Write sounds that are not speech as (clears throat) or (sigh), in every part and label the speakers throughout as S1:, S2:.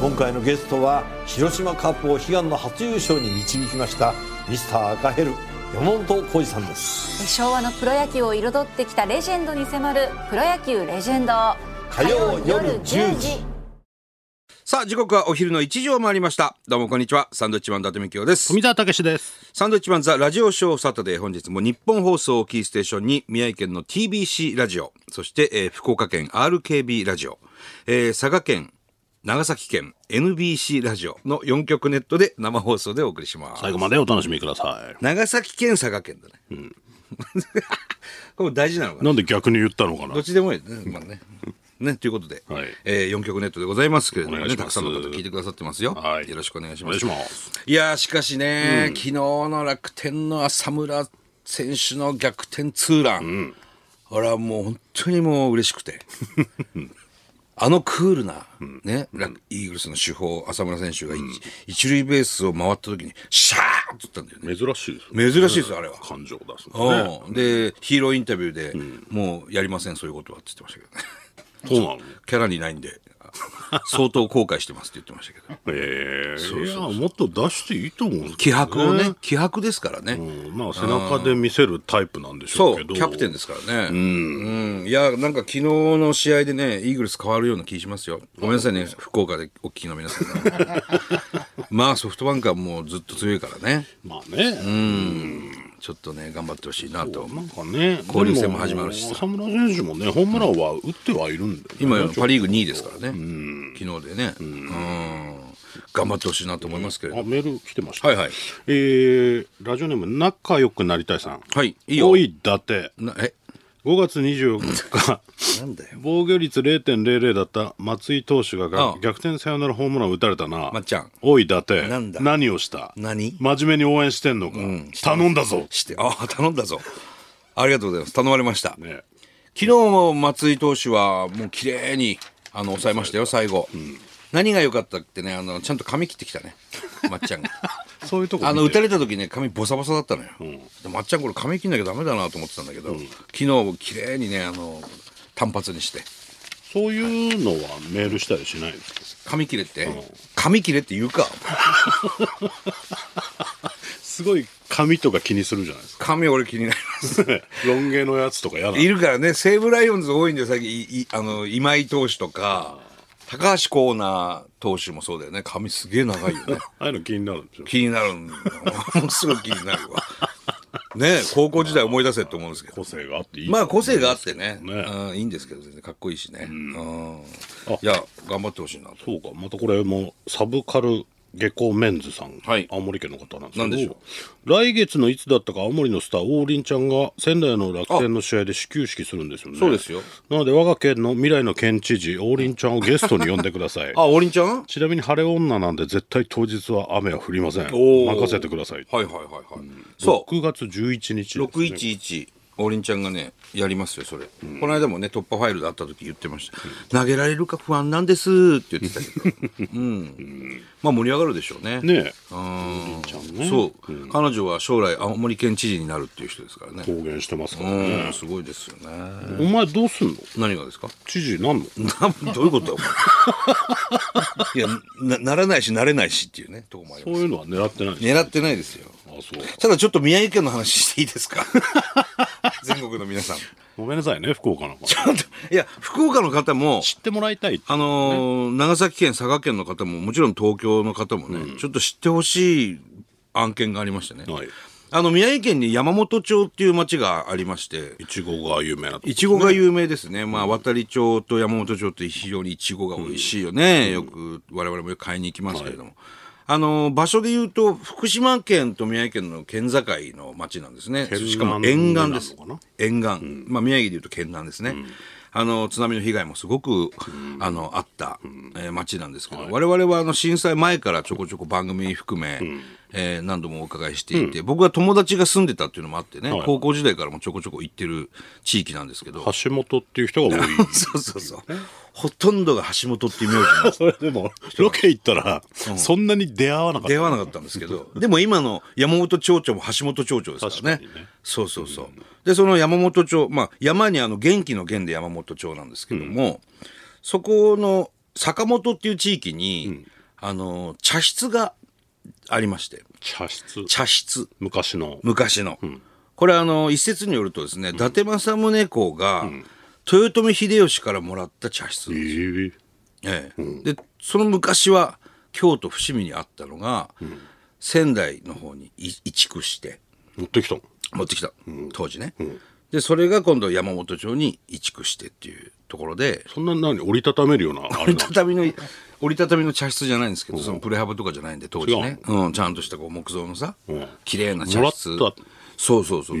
S1: 今回のゲストは広島カップを悲願の初優勝に導きましたミスター赤ヘル山本浩二さんです
S2: 昭和のプロ野球を彩ってきたレジェンドに迫る「プロ野球レジェンド」
S1: 火曜夜10時
S3: さあ、時刻はお昼の1時を回りました。どうもこんにちは。サンドウィッチマン伊達美京です。
S4: 富田武です。
S3: サンドウィッチマンザラジオショーサタデー本日も日本放送をキーステーションに宮城県の TBC ラジオ、そして、えー福岡県 RKB ラジオ、えー佐賀県、長崎県 NBC ラジオの4局ネットで生放送でお送りします。
S4: 最後までお楽しみくださ
S3: 長崎県佐賀県だね。 (laughs) これ大事なのか
S4: い。
S3: な
S4: なんで逆に言ったのかな
S3: どっ。ちでもいいね。まあ
S4: (laughs)
S3: ね。ね、ということで、
S4: はい
S3: えー、4曲ネットでございますけれども
S4: お
S3: ね、
S4: 願いし
S3: た
S4: ま
S3: く
S4: す
S3: さんの方聞いてくださってますよ。
S4: はい
S3: よろしくお願いし
S4: お
S3: ま
S4: 願い
S3: す。
S4: します。
S3: いやーしかしね、昨日の楽天の浅村選手の逆転ツーラン、俺はもう本当にもう嬉しく
S4: (laughs)
S3: て。あのクールな、ね、楽イーグルスの主砲、浅村選手が一,、塁ベースを回った時に、シャーって言ったんだよね。
S4: 珍しいですね。
S3: 珍しいですよ、あれは。
S4: 感情出すのね。
S3: うんで、ヒーローインタビューで、もうやりません、そういうことはって言ってましたけどね。
S4: そうなの。
S3: キャラにないんで、相当後悔してますって言ってましたけ (laughs) ど。
S4: ええ。いやもっと出していいと思うんですけ
S3: 気
S4: ど
S3: 迫をね、。気迫ですからね。
S4: うんまあ背中で見せるタイプなんでしょ
S3: そうう、
S4: けど。。
S3: キャプテンですすからね。うん。いや、なんか昨日の試合でね、イーグルス変わるような気しますよ。ごめんなさいね、福岡でお聞きの皆さん。 (laughs) まあ、ソフトバンクはもうずっと強いからね。
S4: まあね。
S3: ちょっとね、頑張ってほしいなと。
S4: なんかね。
S3: 交流戦も始まるしさ
S4: でも浅村選手もねホームランは打ってはいるんで。
S3: 今よりパ・リーグ2位ですからね。昨日でね。うん。頑張ってほしいなと思いますけれ
S4: あ
S3: ど。
S4: メール来てました。
S3: はいはい。
S4: えーラジオネーム仲良くなりたいさん。
S3: はいいいよ
S4: おい伊達。
S3: なえ
S4: 5月24日。
S3: なんだよ。
S4: 防御率0.00だった松井投手がが
S3: ああ
S4: 逆転サヨナラホームラン打たれたな。
S3: まっちゃん
S4: おい、伊達。
S3: なんだ
S4: 何をした
S3: 何
S4: 真面目に応援してんのか。頼んだぞ。
S3: して、ああ、 (laughs) 頼んだぞ。ありがとうございます。頼まれました。
S4: ね、
S3: 昨日も松井投手はもう綺麗にあの抑えましたよ最後、何が良かったってねあのちゃんと髪切ってきたね (laughs) まっちゃんが
S4: そういうとこ見
S3: あ
S4: て
S3: の打たれた時ね髪ボサボサだったのよ、でまっちゃんこれ髪切んなきゃダメだなと思ってたんだけど、昨日も綺麗にねあの単発にして
S4: そういうのはメールしたりしないですか
S3: 髪切れって、髪切れって言うか
S4: すごい髪とか気にするじゃないですか。
S3: 髪俺気になります
S4: (laughs) ロン毛のやつとか嫌だ。
S3: いるからね西武ライオンズ多いんだよ最近いいあの今井投手とか高橋光成投手もそうだよね髪すげえ長いよね (laughs)
S4: ああいうの気になるんですよ。
S3: 気になるんだものすごく気にな (laughs) るわねえ高校時代思い出せって思うんですけど
S4: 個性があっていい。
S3: まあ個性があってね
S4: ね
S3: うん、いいんですけど全然かっこいいしね、うん、い
S4: あ
S3: や頑張ってほしいなと
S4: そうか、またこれもサブカル下校メンズさん、
S3: はい
S4: 青森県の方なんです
S3: なんで
S4: け
S3: しょ
S4: ど、来月のいつだったか青森のスター、王林ちゃんが仙台の楽天の試合で始球式するんですよね。
S3: そうですよ。
S4: なので、我が県の未来の県知事、王林ちゃんをゲストに呼んでくださ
S3: (laughs)
S4: い。
S3: あ王林ちゃん
S4: ちなみに晴れ女なんで絶対当日は雨は降りません。
S3: おー
S4: 任せてください。
S3: はいはいはいはい、そう
S4: 6月11日、
S3: 611王林ちゃんがねやりますよそれ、この間もね突破ファイルで会った時言ってました、投げられるか不安なんですって言ってたけど
S4: (laughs)
S3: うんまあ盛り上がるでしょうね
S4: ねえ、
S3: うん
S4: ちゃんね
S3: そう、彼女は将来青森県知事になるっていう人ですからね
S4: 公言してますからね。
S3: うん、すごいですよね。
S4: お前どうすんの
S3: 何がですか (laughs)
S4: 知事なんの
S3: などういうことだ (laughs) よお前いやな、ならないし、なれないしっていうね、とこもあり
S4: そ
S3: ま
S4: ういうのは狙ってないん
S3: す。
S4: ですか
S3: 狙ってないですよ。
S4: あ、そう。
S3: ただちょっと宮城県の話していい
S4: (laughs)
S3: ですか全国の皆さん。
S4: ごめんなさいね、福岡の方。
S3: いや、福岡の方も、
S4: 知ってもらいたい
S3: あのー長崎県、佐賀県の方も、もちろん東京の方もね、ちょっと知ってほしい案件がありましてね。
S4: はい。
S3: あの、宮城県に山本町っていう町がありまして、
S4: いちごが有名なとこ
S3: いちごが有名ですね。まあ、渡里町と山本町って非常にいちごが美味しいよね。よく、我々もよく買いに行きますけれども。あの、場所で言うと、福島県と宮城県の県境の町なんですね。
S4: 県南
S3: しかも沿岸です
S4: なのかな。
S3: 沿岸。まあ、宮城で言うと県南ですね。あの、津波の被害もすごく、あの、あった、えー町なんですけど、我々はあの、震災前からちょこちょこ番組含め、えー何度もお伺いしていて、僕は友達が住んでたっていうのもあってね、
S4: はい
S3: 高校時代からもちょこちょこ行ってる地域なんですけど、
S4: 橋本っていう人が多い
S3: (laughs) そうそうそう。ほとんどが橋本っていう名字なんです
S4: (laughs) それでもロケ行ったら、そんなに出会わなかっ
S3: 出
S4: た
S3: 会わなかったんですけど、 (laughs) でも今の山本町長も橋本町長ですからね。
S4: 確かにね
S3: そうそうそう。で、その山本町、まあ山にあの元気の元で山本町なんですけども、そこの坂本っていう地域に、あの茶室がありまして
S4: 茶室
S3: 茶室
S4: 昔の
S3: 昔の、これあの一説によるとですね、伊達政宗公が、豊臣秀吉からもらった茶室なん
S4: え
S3: です、
S4: ー
S3: ええでその昔は京都伏見にあったのが、仙台の方に移移築して
S4: 持ってきたの
S3: 持ってきた、当時ね、でそれが今度山本町に移築してっていうところで
S4: そんな何折りたためるようなあれ
S3: 折り
S4: な
S3: たたみの折りたたみの茶室じゃないんですけどそのプレハブとかじゃないんで当時ね、うん、ちゃんとしたこう木造のさ
S4: ん
S3: 綺麗な茶室
S4: もらった
S3: そうそうそうそう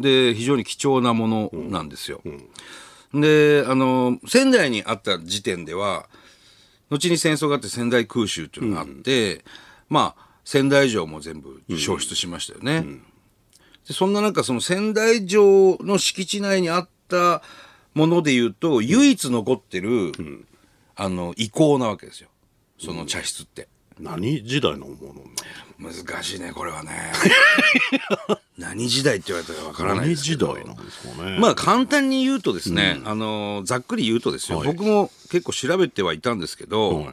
S3: で非常に貴重なものなんですよ、であの仙台にあった時点では後に戦争があって仙台空襲っていうのがあって、まあ仙台城も全部焼失しましたよね、でそんな中その仙台城の敷地内にあったものでいうと唯一残ってる、あの遺構なわけですよその茶室って、
S4: 何時代のものなの
S3: 難しいねこれはね何時代って言われたらわからない
S4: 何
S3: ですけ
S4: 時
S3: ど
S4: 代なんですかね
S3: まあ簡単に言うとですね、あのざっくり言うとですよ、僕も結構調べてはいたんですけど、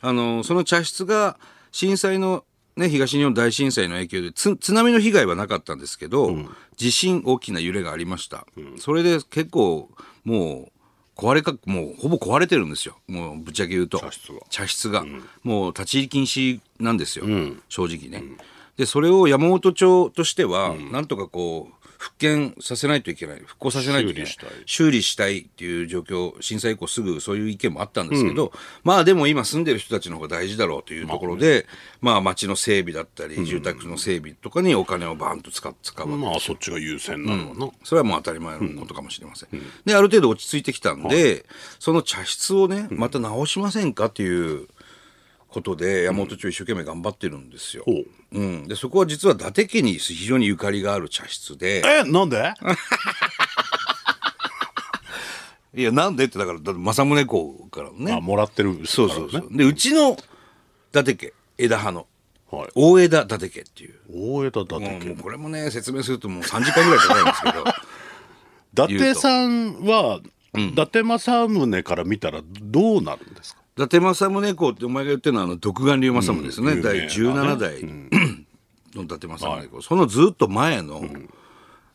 S3: あのその茶室が震災の、ね、東日本大震災の影響でつ津波の被害はなかったんですけど、地震大きな揺れがありました、それで結構もう壊れかもうほぼ壊れてるんですよもうぶっちゃけ言うと
S4: 茶室が
S3: 茶室が、もう立ち入り禁止なんですよ、正直ね、でそれを山本町としては、なんとかこう復建させないといけない復興させないといけない
S4: 修理したい
S3: 修理したいっていう状況震災以降すぐそういう意見もあったんですけど、まあでも今住んでる人たちの方が大事だろうというところで、まあ町の整備だったり住宅の整備とかにお金をバーンと使っ使うわけ
S4: まあそっちが優先なのかな、
S3: それはもう当たり前のことかもしれません。で、ある程度落ち着いてきたんで、その茶室をね、また直しませんかっていうことで、山本町一生懸命頑張ってるんですよ。
S4: おう
S3: うん、でそこは実は伊達家に非常にゆかりがある茶室で
S4: えなんで
S3: いやなんでってだからだって政宗公からのね
S4: あもらってるからね
S3: そうそうそう、でうちの伊達家枝葉の
S4: はい
S3: 大枝伊達家っていう
S4: 大江田伊達
S3: もうも
S4: 家
S3: うこれもね説明するともう3時間ぐらいじゃないんですけど
S4: 伊達さんは、伊達政宗から見たらどうなるんですか
S3: 伊達政宗公ってお前が言ってるのはあの独眼竜政宗ですね、
S4: うん有名
S3: 第17代、 (clears throat) の伊達政宗公、そのずっと前の、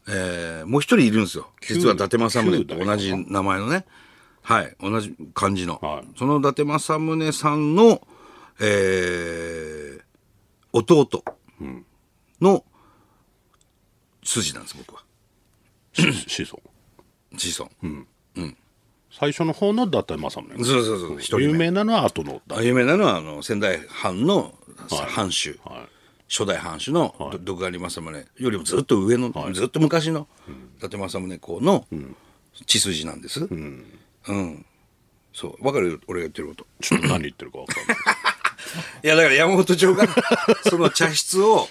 S3: えーもう一人いるんですよ実は伊達政宗と同じ名前のねはい同じ漢字の、
S4: はい
S3: その伊達政宗さんの、えー弟の筋なんです僕は
S4: し子孫
S3: 子孫、
S4: 最初の方の伊達政宗
S3: そうそうそう一人目
S4: 有名なのは後の伊達
S3: 有名なのはあの仙台藩の藩主、
S4: はい
S3: 初代藩主のど独眼竜政宗よりもずっと上の、ずっと昔の伊達政宗公の血筋なんです。うん、そうわかる俺が言ってること。
S4: ちょっと何言ってるか分
S3: (laughs)
S4: かんない
S3: いやだから山本町がその茶室を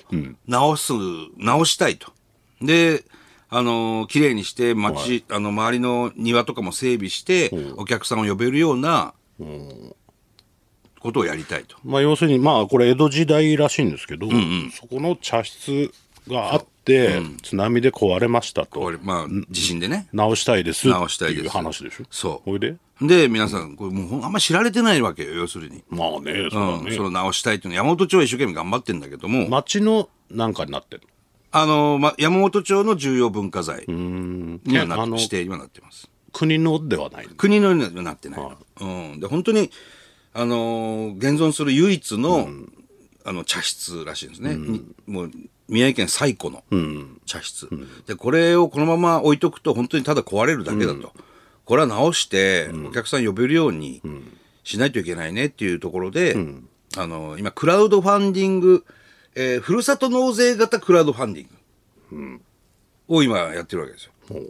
S3: 直す、直したいと。で、あのー綺麗にして町、あの周りの庭とかも整備してお客さんを呼べるようなことをやりたいと。
S4: まあ要するにまあこれ江戸時代らしいんですけど、そこの茶室があって、津波で壊れましたと
S3: 俺まあ地震でね。
S4: 直したいです
S3: 直したいです
S4: っていう話でしょ
S3: そう
S4: ほいで
S3: で皆さんこれもうほんあんま知られてないわけよ要するに、
S4: まあねそううんだね、
S3: その直したいっていうの山本町は一生懸命頑張ってんだけども、
S4: 町のなんかになってる
S3: あのま、山本町の重要文化財にはな
S4: ねあの
S3: 指定にはなってます
S4: 国のではない
S3: 国のにはなってないの、うん、で本当にあのー現存する唯一の,、あの茶室らしいんですね、にもう宮城県最古の茶室、でこれをこのまま置いとくと本当にただ壊れるだけだと、これは直してお客さん呼べるようにしないといけないねっていうところで、あのー今クラウドファンディング、えーふるさと納税型クラウドファンディングを今やってるわけですよ、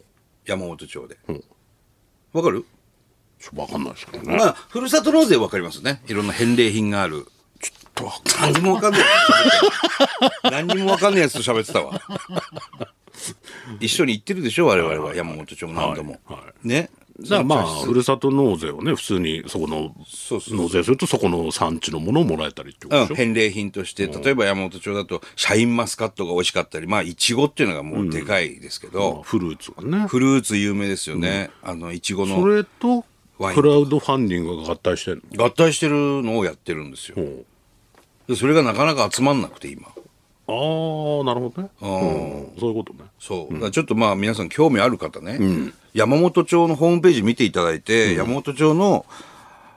S3: 山本町でわ、かる
S4: ちょっと分かんないですけどね
S3: まあ、ふるさと納税わかりますね。いろんな返礼品がある。
S4: とは
S3: 何にもわかんない。何にもわかんないやつと喋ってたわ。一緒に行ってるでしょ我々は山本町も何度も。
S4: はいは
S3: ね。
S4: だからま
S3: その
S4: あふるさと納税をね普通にそこの
S3: そうそうそう
S4: 納税するとそこの産地のものをもらえたりってこ
S3: うん
S4: とでしょ、
S3: 返礼品として、例えば山本町だと、シャインマスカットが美味しかったり、まあ、いちごっていうのがもうでかいですけど、
S4: まあフルーツがね
S3: フルーツ有名ですよね。あの、いちごの。
S4: それと
S3: ワイ
S4: ク
S3: ン
S4: ラウドファンディングが合体してんの
S3: 合体してるのをやってるんですよ
S4: ほ
S3: でそれがなかなか集まんなくて今
S4: ああなるほどねうんそういうことね
S3: そう、だからちょっとまあ皆さん興味ある方ね、山本町のホームページ見ていただいて、山本町の、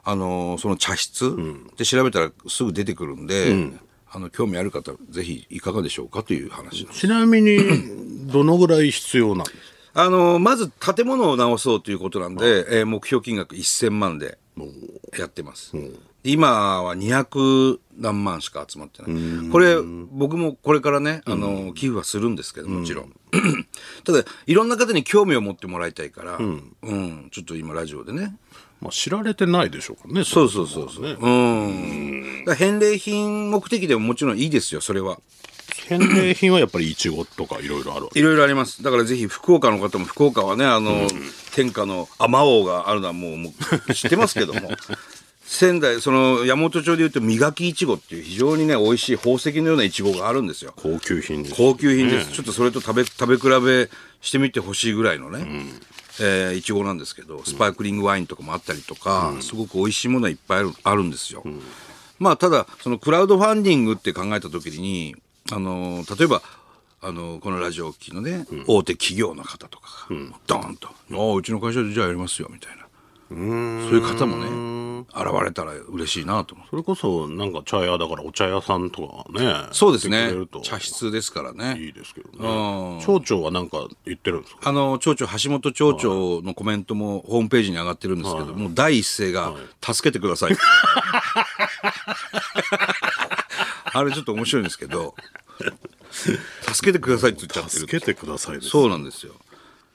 S3: あのーその茶室で調べたらすぐ出てくるんで、あの興味ある方ぜひいかがでしょうかという話です
S4: ちなみに (clears throat) どのぐらい必要なんですか
S3: あのーまず建物を直そうということなんで、えー目標金額1000万でやってます、で今は200何万しか集まってないこれ僕もこれからね、あのー寄付はするんですけどもちろん、 (clears throat) ただいろんな方に興味を持ってもらいたいから、うんちょっと今ラジオでね
S4: まあ知られてないでしょうからね
S3: そうそうそうそう、うんだから返礼品目的でももちろんいいですよそれは
S4: 返礼品はやっぱりいちごとかいろいろあるわけ
S3: いろいろありますだからぜひ福岡の方も福岡はねあの、天下のあ魔王があるのはもうもう知ってますけども (laughs) 仙台その山本町でいうと磨きいちごっていう非常にね美味しい宝石のようないちごがあるんですよ
S4: 高級品です
S3: 高級品です、ちょっとそれと食べ食べ比べしてみてほしいぐらいのね、えーいちごなんですけどスパークリングワインとかもあったりとか、すごく美味しいものはいっぱいあるあるんですよ、まあただそのクラウドファンディングって考えた時にあのー例えばあのーこのラジオ機のね、大手企業の方とかが、ドーンと「ああうちの会社でじゃあやりますよ」みたいなそういう方もね現れたら嬉しいなと思う
S4: それこそなんか茶屋だからお茶屋さんとかね
S3: そうです
S4: や
S3: ね
S4: ってくれると
S3: 茶室ですからね
S4: いいですけどね町長はなんか言ってるんですか
S3: あの町長橋本町長のコメントもホームページに上がってるんですけど、もう第一声が「助けてください」 (laughs) あれちょっと面白いんですけど「助けてください」って言っちゃってる
S4: 助けてくださいです
S3: そうなんですよ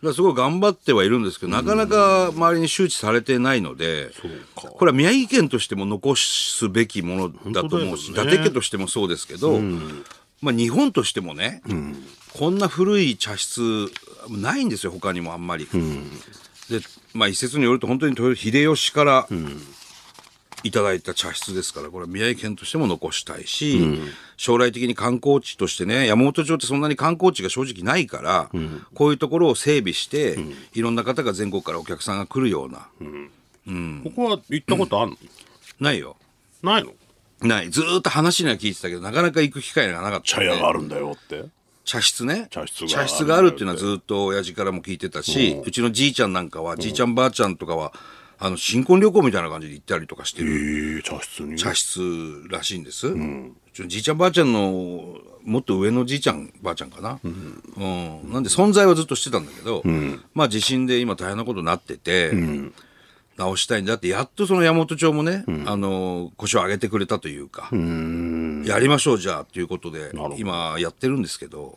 S3: だからすごい頑張ってはいるんですけどなかなか周りに周知されてないのでこれは宮城県としても残すべきものだと思うし、
S4: 本当だ
S3: 伊
S4: よね
S3: 達家としてもそうですけど、まあ、日本としてもね、こんな古い茶室ないんですよ他にもあんまり。でまあ、一説によると本当に豊秀吉からいただいた茶室ですからこれは宮城県としても残したいし、将来的に観光地としてね山本町ってそんなに観光地が正直ないから、こういうところを整備して、いろんな方が全国からお客さんが来るような、
S4: ここは行ったことあるの、
S3: ないよ
S4: ないの
S3: ないずーっと話には聞いてたけどなかなか行く機会がなかった、ね、
S4: 茶屋があるんだよって
S3: 茶室ね
S4: 茶室がある
S3: があるっていうのはずっと親父からも聞いてたしうちのじいちゃんなんかはじいちゃんばあちゃんとかはあの新婚旅行みたいな感じで行ったりとかして
S4: え
S3: る
S4: ー、茶室に
S3: 茶室らしいんです、うちのじいちゃんばあちゃんのもっと上のじいちゃんばあちゃんかな、うんなんで存在はずっとしてたんだけど、まあ地震で今大変なことになってて、直したいんだってやっとその山本町もね、あの腰を上げてくれたというか、やりましょうじゃあということで
S4: ほど
S3: 今やってるんですけど。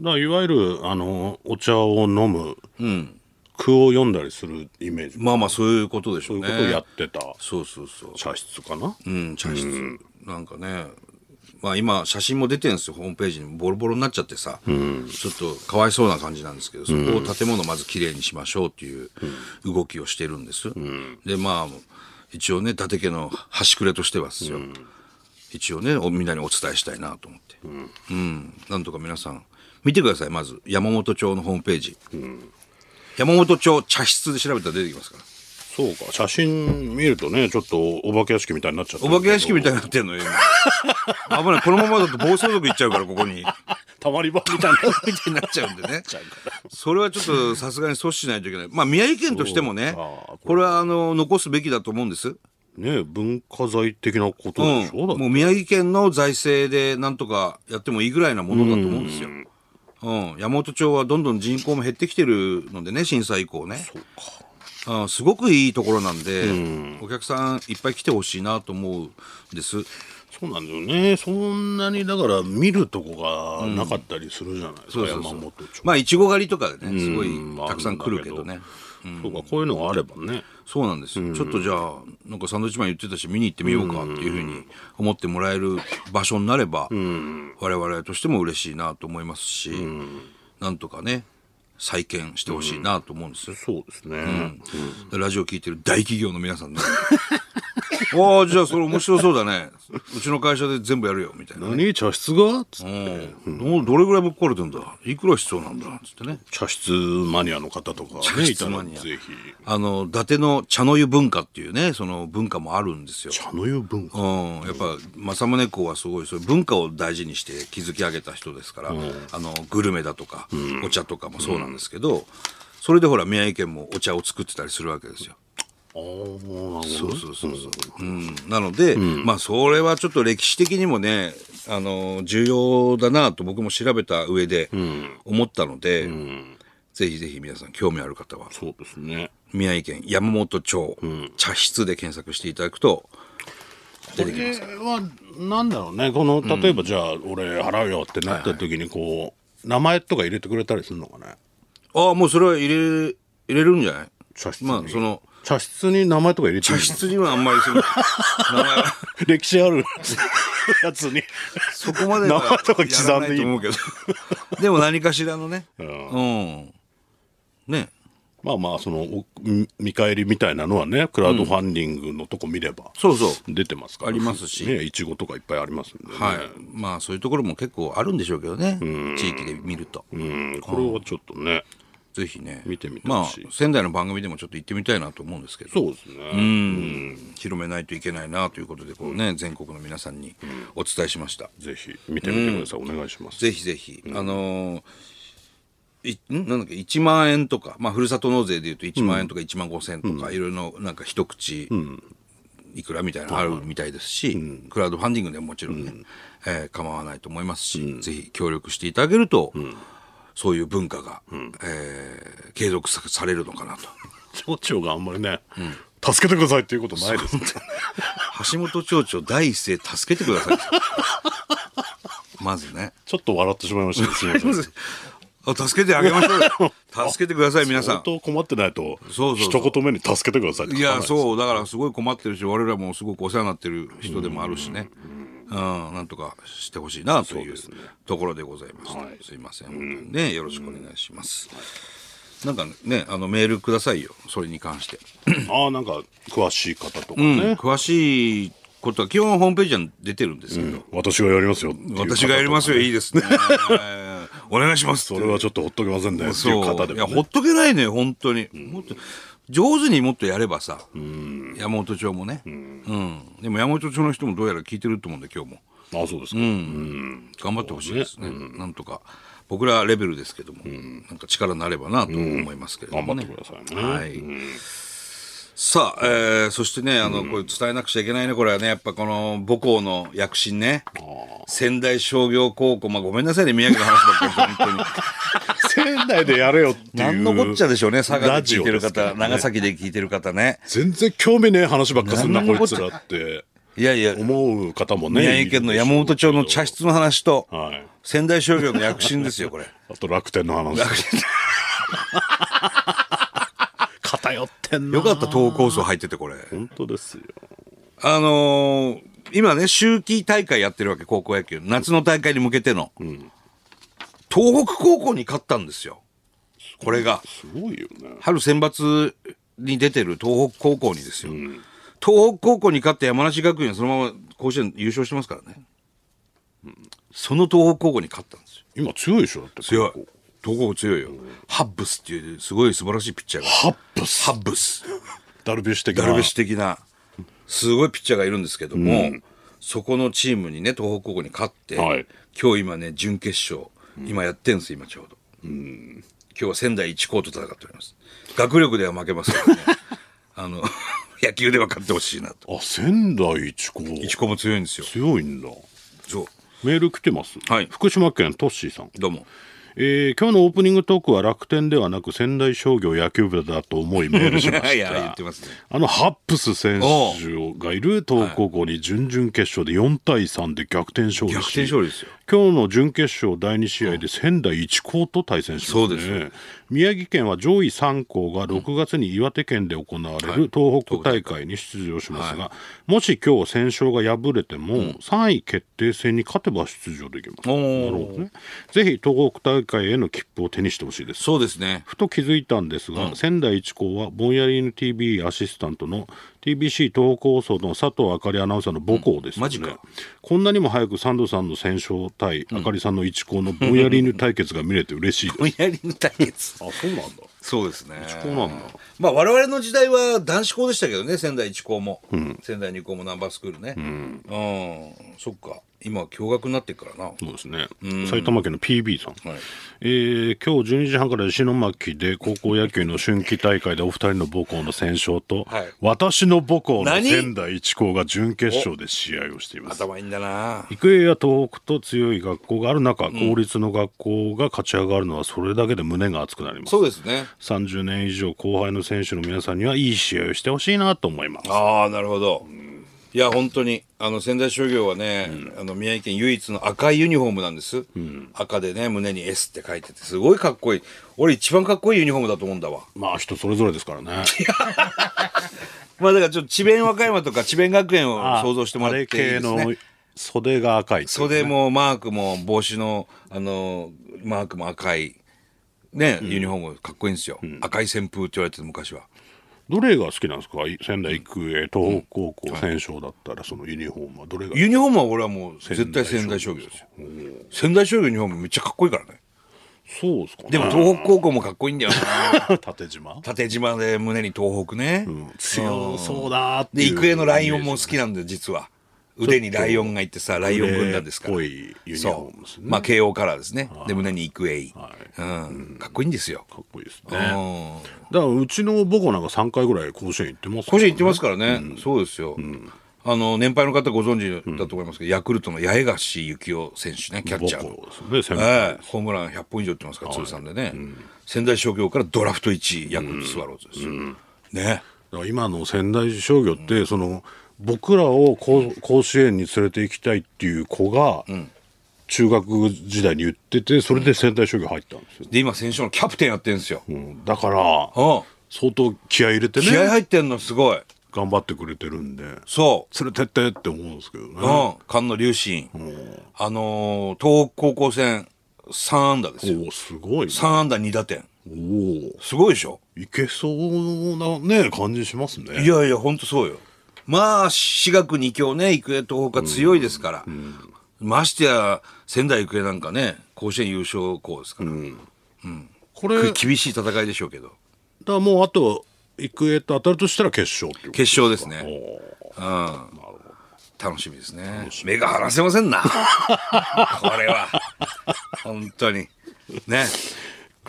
S4: だからいわゆるあのお茶を飲む、句を読んだりするイメージ、
S3: まあまあそういうことでし
S4: そ
S3: ょ
S4: う
S3: う
S4: いう
S3: ね。
S4: ことをやってた
S3: そうそうそう。
S4: 茶室かな、
S3: うん、茶室。なんかね、まあ今写真も出てるんですよ、ホームページに。ボロボロになっちゃってさ、ちょっとかわいそうな感じなんですけど、そこを建物まずきれいにしましょうっていう動きをしてるんです。で、まあ、一応ね、伊達家の端くれとしてはですよ。一応ね、おみんなにお伝えしたいなと思って。うん。なんとか皆さん、見てください、まず。山本町のホームページ。山本町茶室で調べたら出てきますから。
S4: そうか写真見るとねちょっとお化け屋敷みたいになっちゃって
S3: お化け屋敷みたい
S4: い
S3: になってんのよ、 (laughs) 今危ない。このままだと暴走族行っちゃうから、こ (laughs) こに。
S4: たまり場みたいな
S3: みたいになっちゃうんでね。 (laughs) それはちょっとさすがに阻止しないといけない。まあ、宮城県としてもね
S4: そうか、
S3: これはあの、残すべきだと思うんです。 (laughs)
S4: ね文化財的なこと
S3: う
S4: で
S3: ん
S4: し。ょ、うだって
S3: もう宮城県の財政でなんとかやってもいいぐらいなものだと思うんですよ。うん、山本町はどんどん人口も減ってきてるのでね震災以降ねあすごくいいところなんで、お客さんいっぱい来てほしいなと思うんです
S4: そうなんだよねそんなにだから見るとこがなかったりするじゃないですか、
S3: そうそうそう
S4: 山本町
S3: まあいちご狩りとかでねすごい
S4: うんまあ
S3: たくさん来るけどね、
S4: そうかこういうのがあればね
S3: そうなんですよ、ちょっとじゃあなんかサンドウィッチマン言ってたし見に行ってみようかっていうふうに思ってもらえる場所になれば、我々としても嬉しいなと思いますし、なんとかね再建してほしいなと思うんですよ、
S4: そうですね、
S3: ラジオ聞いてる大企業の皆さんね (laughs) ああじゃあそれ面白そうだねうちの会社で全部やるよみたいな、
S4: 何茶室がつって
S3: うんどどれぐらいぶっ壊れてんだいくら必要なんだつってね
S4: 茶室マニアの方とかねい
S3: 室
S4: たら
S3: マニア
S4: ぜひ
S3: あの伊達の茶の湯文化っていうねその文化もあるんですよ
S4: 茶の湯文化
S3: うん、やっぱ政宗公はすごいそういう文化を大事にして築き上げた人ですから、あのグルメだとか、お茶とかもそうなんですけど、それでほら宮城県もお茶を作ってたりするわけですよ。
S4: ああ
S3: そうそうそうそう、うん、なので、まあそれはちょっと歴史的にもねあの重要だなと僕も調べた上で思ったので、ぜひぜひ皆さん興味ある方は
S4: そうですね
S3: 宮城県山本町、茶室で検索していただくと
S4: これはなんだろうねこの例えばじゃあ俺払うよってなった時にこう名前とか入れてくれたりするのかね
S3: ああもうそれは入れ入れるんじゃない
S4: 茶室に
S3: まあその
S4: 茶室に名前とか入れてい
S3: 茶
S4: いの
S3: 室 (laughs) にはあんまり
S4: (laughs)
S3: その名前は
S4: 歴史ある (laughs) やつに (laughs)
S3: そこまで
S4: 名
S3: は
S4: 前とか刻んでいい
S3: やらないと思うけどでも何かしらのねうんね
S4: まあまあそのおみ見返りみたいなのはねクラウドファンディングのとこ見れば、
S3: そうそう
S4: 出てますから
S3: ありますし
S4: ねいちごとかいっぱいありますんで、ね
S3: はいまあそういうところも結構あるんでしょうけどね地域で見ると
S4: うんこれはちょっとね
S3: ぜひね
S4: 見てみて
S3: ま
S4: ほ
S3: あ
S4: しい
S3: 仙台の番組でもちょっと行ってみたいなと思うんですけど
S4: そうですね、
S3: うん広めないといけないなということでこうね全国の皆さんにお伝えしました
S4: ぜひ見てみてください、お願いします
S3: ぜひぜひ、あのーいんなんだっけ1万円とか、まあ、ふるさと納税でいうと1万円とか1万5千円とか、いろいろなんか一口いくらみたいなのあるみたいですし、クラウドファンディングでももちろんね、えー構わないと思いますし、ぜひ協力していただけると、そういう文化が、えー継続さされるのかなと。
S4: 町長があんまりね、助けてくださいっていうことないですね
S3: 橋本町長第一声助けてくだ
S4: (laughs)
S3: さい。まずね。
S4: (laughs) ちょっと笑ってしまい
S3: (laughs)
S4: ましたすいません
S3: あ助けてあげましょうよ。助けてください、皆さん
S4: 相。当困ってないと
S3: そうそうそう
S4: 一言目に助けてくださいって
S3: い
S4: 書かな
S3: や
S4: です
S3: そうだからすごい困ってるし我らもすごくお世話になってる人でもあるしねうん、なんとかしてほしいなというところでございました、
S4: はい
S3: すいません本当にねよろしくお願いします、なんかねあのメールくださいよそれに関して、
S4: ああなんか詳しい方とか
S3: うん
S4: ね、
S3: 詳しいことは基本ホームページには出てるんですけど、
S4: 私がやりますよっていう方とか
S3: 私がやりますよいいですねえーお願いします
S4: それはちょっとほっとけませんねってい
S3: そうう
S4: 方で
S3: いや
S4: も、
S3: ほ
S4: ね
S3: っ、とけないね本当に、もっと上手にもっとやればさ、山本町もね、うんでも山本町の人もどうやら聞いてると思うんで今日も
S4: ああそうですか、
S3: 頑張ってほしいですねなんとか僕らレベルですけども、なんか力になればなと思いますけれども、ね
S4: 頑張ってくださいね
S3: はい、さあ、えーそしてねあの、これ伝えなくちゃいけないねこれはねやっぱこの母校の躍進ね仙台商業高校まあごめんなさいね宮城の話ばっかりで本当に。
S4: 仙台でやれよっていう
S3: 何のこっちゃでしょうね、佐賀
S4: ラ
S3: で
S4: ジ
S3: 聞い
S4: オ
S3: て
S4: で
S3: る
S4: す
S3: 方、
S4: からね
S3: 長崎で聞いてる方ね。
S4: 全然興味ねえ話ばっかすんな
S3: 何の
S4: こ
S3: こっ
S4: い
S3: ち
S4: つ
S3: ゃ
S4: らって
S3: いやいや、
S4: 思う方もね
S3: 宮城県の山本町の茶室の話と、
S4: はい
S3: 仙台商業の躍進ですよ、
S4: (laughs)
S3: これ。
S4: あと楽天の話
S3: (laughs)
S4: 偏ってんな
S3: よかった、東高層入ってて、これ。
S4: 本当ですよ
S3: あのー今ね、秋季大会やってるわけ、高校野球。夏の大会に向けての。東北高校に勝ったんですよ。これが。
S4: すごいよね
S3: 春選抜に出てる東北高校にですよ、東北高校に勝って山梨学院はそのまま甲子園優勝してますからね、その東北高校に勝ったんですよ
S4: 今強いでしょだって
S3: 強い東北高校強いよ、ハッブスっていうすごい素晴らしいピッチャーが
S4: ハッブス
S3: ハッブス
S4: ダルビッシュ的な
S3: ダルビッシュ的なすごいピッチャーがいるんですけども、そこのチームにね東北高校に勝って、
S4: はい
S3: 今日今ね準決勝今やってんです今ちょうど、今日は仙台一高と戦っております学力では負けますから
S4: (laughs)
S3: ねあの野球では勝ってほしいなと
S4: あ仙台一高
S3: 一高も強いんですよ
S4: 強いんだ
S3: そう
S4: メール来てます、
S3: はい
S4: 福島県トッシーさん
S3: どうも
S4: えー今日のオープニングトークは楽天ではなく仙台商業野球部だと思いメールしまし
S3: (laughs)
S4: た
S3: いや言ってますね
S4: あのハップス選手がいる東北高校に準々決勝で4対3で逆転勝利し
S3: 逆転勝利ですよ
S4: 今日の準決勝第2試合で仙台一高と対戦しますね、
S3: そうですよ
S4: 宮城県は上位3校が6月に岩手県で行われる東北大会に出場しますが、もし今日戦勝が敗れても3位決定戦に勝てば出場できます、
S3: お
S4: な
S3: ー
S4: るほどねぜひ東北大会への切符を手にしてほしいです
S3: そうですね
S4: ふと気づいたんですが、仙台一高はぼんやりの TV アシスタントの TBC 東北放送の佐藤あかりアナウンサーの母校ですよね、
S3: マジか
S4: こんなにも早くサンドさんの戦勝対、あかりさんの一高のボヤリーヌ対決が見れて嬉しいです
S3: ぼんやりの対決
S4: (laughs) あそうなんだ
S3: そうですね
S4: 一高なんだ
S3: まあ我々の時代は男子校でしたけどね仙台一高も、仙台二高もナンバースクールねうん、そっか今驚愕になってるからな
S4: そうですね、埼玉県の PB さん、
S3: はい
S4: えー今日12時半から石巻で高校野球の春季大会でお二人の母校の戦勝と、
S3: はい
S4: 私の母校の
S3: 何
S4: 仙台一高が準決勝で試合をしています
S3: 頭いいんだな
S4: 育英や東北と強い学校がある中、公立の学校が勝ち上がるのはそれだけで胸が熱くなります
S3: そうですね
S4: 30年以上後輩の選手の皆さんにはいい試合をしてほしいなと思います
S3: ああなるほど、いや本当にあの仙台商業はね、あの宮城県唯一の赤いユニフォームなんです、赤でね胸に S って書いててすごいかっこいい俺一番かっこいいユニフォームだと思うんだわ
S4: まあ人それぞれですからね
S3: まあだからちょっと智弁和歌山とか智弁学園を
S4: あ
S3: 想像してもらっていいです
S4: あれ系
S3: ね
S4: の袖が赤いっていうね
S3: 袖もマークも帽子のあのマークも赤いね、ユニフォームかっこいいんですよ、赤い旋風って言われてた昔は
S4: どれが好きなんですかい仙台育英東北高校戦勝だったらそのユニフォームはどれが
S3: ユニフォームは俺はもう絶対仙
S4: 仙
S3: 台
S4: 台
S3: 商
S4: 商
S3: 業
S4: 業
S3: ですよ仙台商業のユニフォームめっちゃかっこいいからね
S4: そうですかね
S3: でも東北高校もかっこいいんだよな
S4: 縦島
S3: 縦島で胸に東北ね、
S4: 強そうだーって
S3: で
S4: いう
S3: 育英のライオンも好きなんだよ実は腕にライオンがいてさライオン軍団ですから
S4: っぽいユニフォームです
S3: そう
S4: ね
S3: まあ慶応カラーですね、で胸に育英、うん、かっこいいんですよ、
S4: かっこいいです
S3: う
S4: ねだか
S3: ん
S4: らうちの母校なんか3回ぐらい甲子園行ってます
S3: 個人
S4: からね
S3: 言ってますからね、そうですよ、あの年配の方ご存知だと思いますけど、ヤクルトの八重樫幸雄選手ねキャッチャー
S4: 母
S3: の
S4: 校ですね先輩
S3: ええホームラン100本以上打ってますから、通算でね、仙台商業からドラフト1位、ヤクルトスワローズですよ、ね、
S4: だから今の仙台商業って、その僕らを甲甲子園に連れて行きたいっていう子が、中学時代に言っててそれで仙台商業入ったんですよ、
S3: で今、選手のキャプテンやってるんですよ、
S4: うんだから
S3: うん
S4: 相当気合い入れてね
S3: 気合入ってんの、すごい、
S4: 頑張ってくれてるんで
S3: そ
S4: 連れてってって思うんですけどね、
S3: う、うん、菅野龍心、あのー東北高校戦、3安打ですよ、
S4: おおすごいね
S3: 3安打2打点、
S4: おお
S3: すごいでしょ、
S4: いけそうなね感じします
S3: い
S4: ね
S3: やいや、ほんとそうよ。まあ、私学二強ね、育英東北が強いですから、ましてや仙台育英なんかね、甲子園優勝校ですから、
S4: これだか
S3: 厳しい戦いでしょうけど。
S4: らもうあと育英と当たるとしたら決勝っていう
S3: 決勝ですね。
S4: おー
S3: 楽しみですね。目が離せませんな。 (laughs) これは。本当に。ね。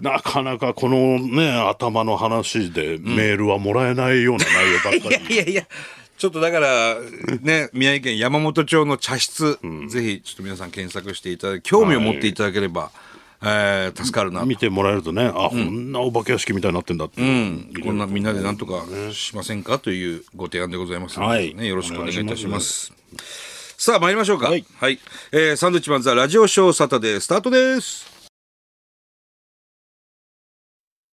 S4: なかなかこのね頭の話でメールはもらえないような内容ばっ
S3: (laughs)
S4: か
S3: い
S4: り、
S3: やいやいや。ちょっとだから、ね、宮城県山本町の茶室、ぜひちょっと皆さん検索していただき、興味を持っていただければ、えー助かるなと
S4: 見てもらえるとねあ、こんなお化け屋敷みたいになってんだって、
S3: うんこんなみんなでなんとかしませんかというご提案でございますので、
S4: はい
S3: ね、よろしくお願いいたし
S4: お願
S3: ま
S4: い
S3: す。さあ参りましょうか。は
S4: はいい、
S3: えーサンドウィッチマンザラジオショーサタデースタートです。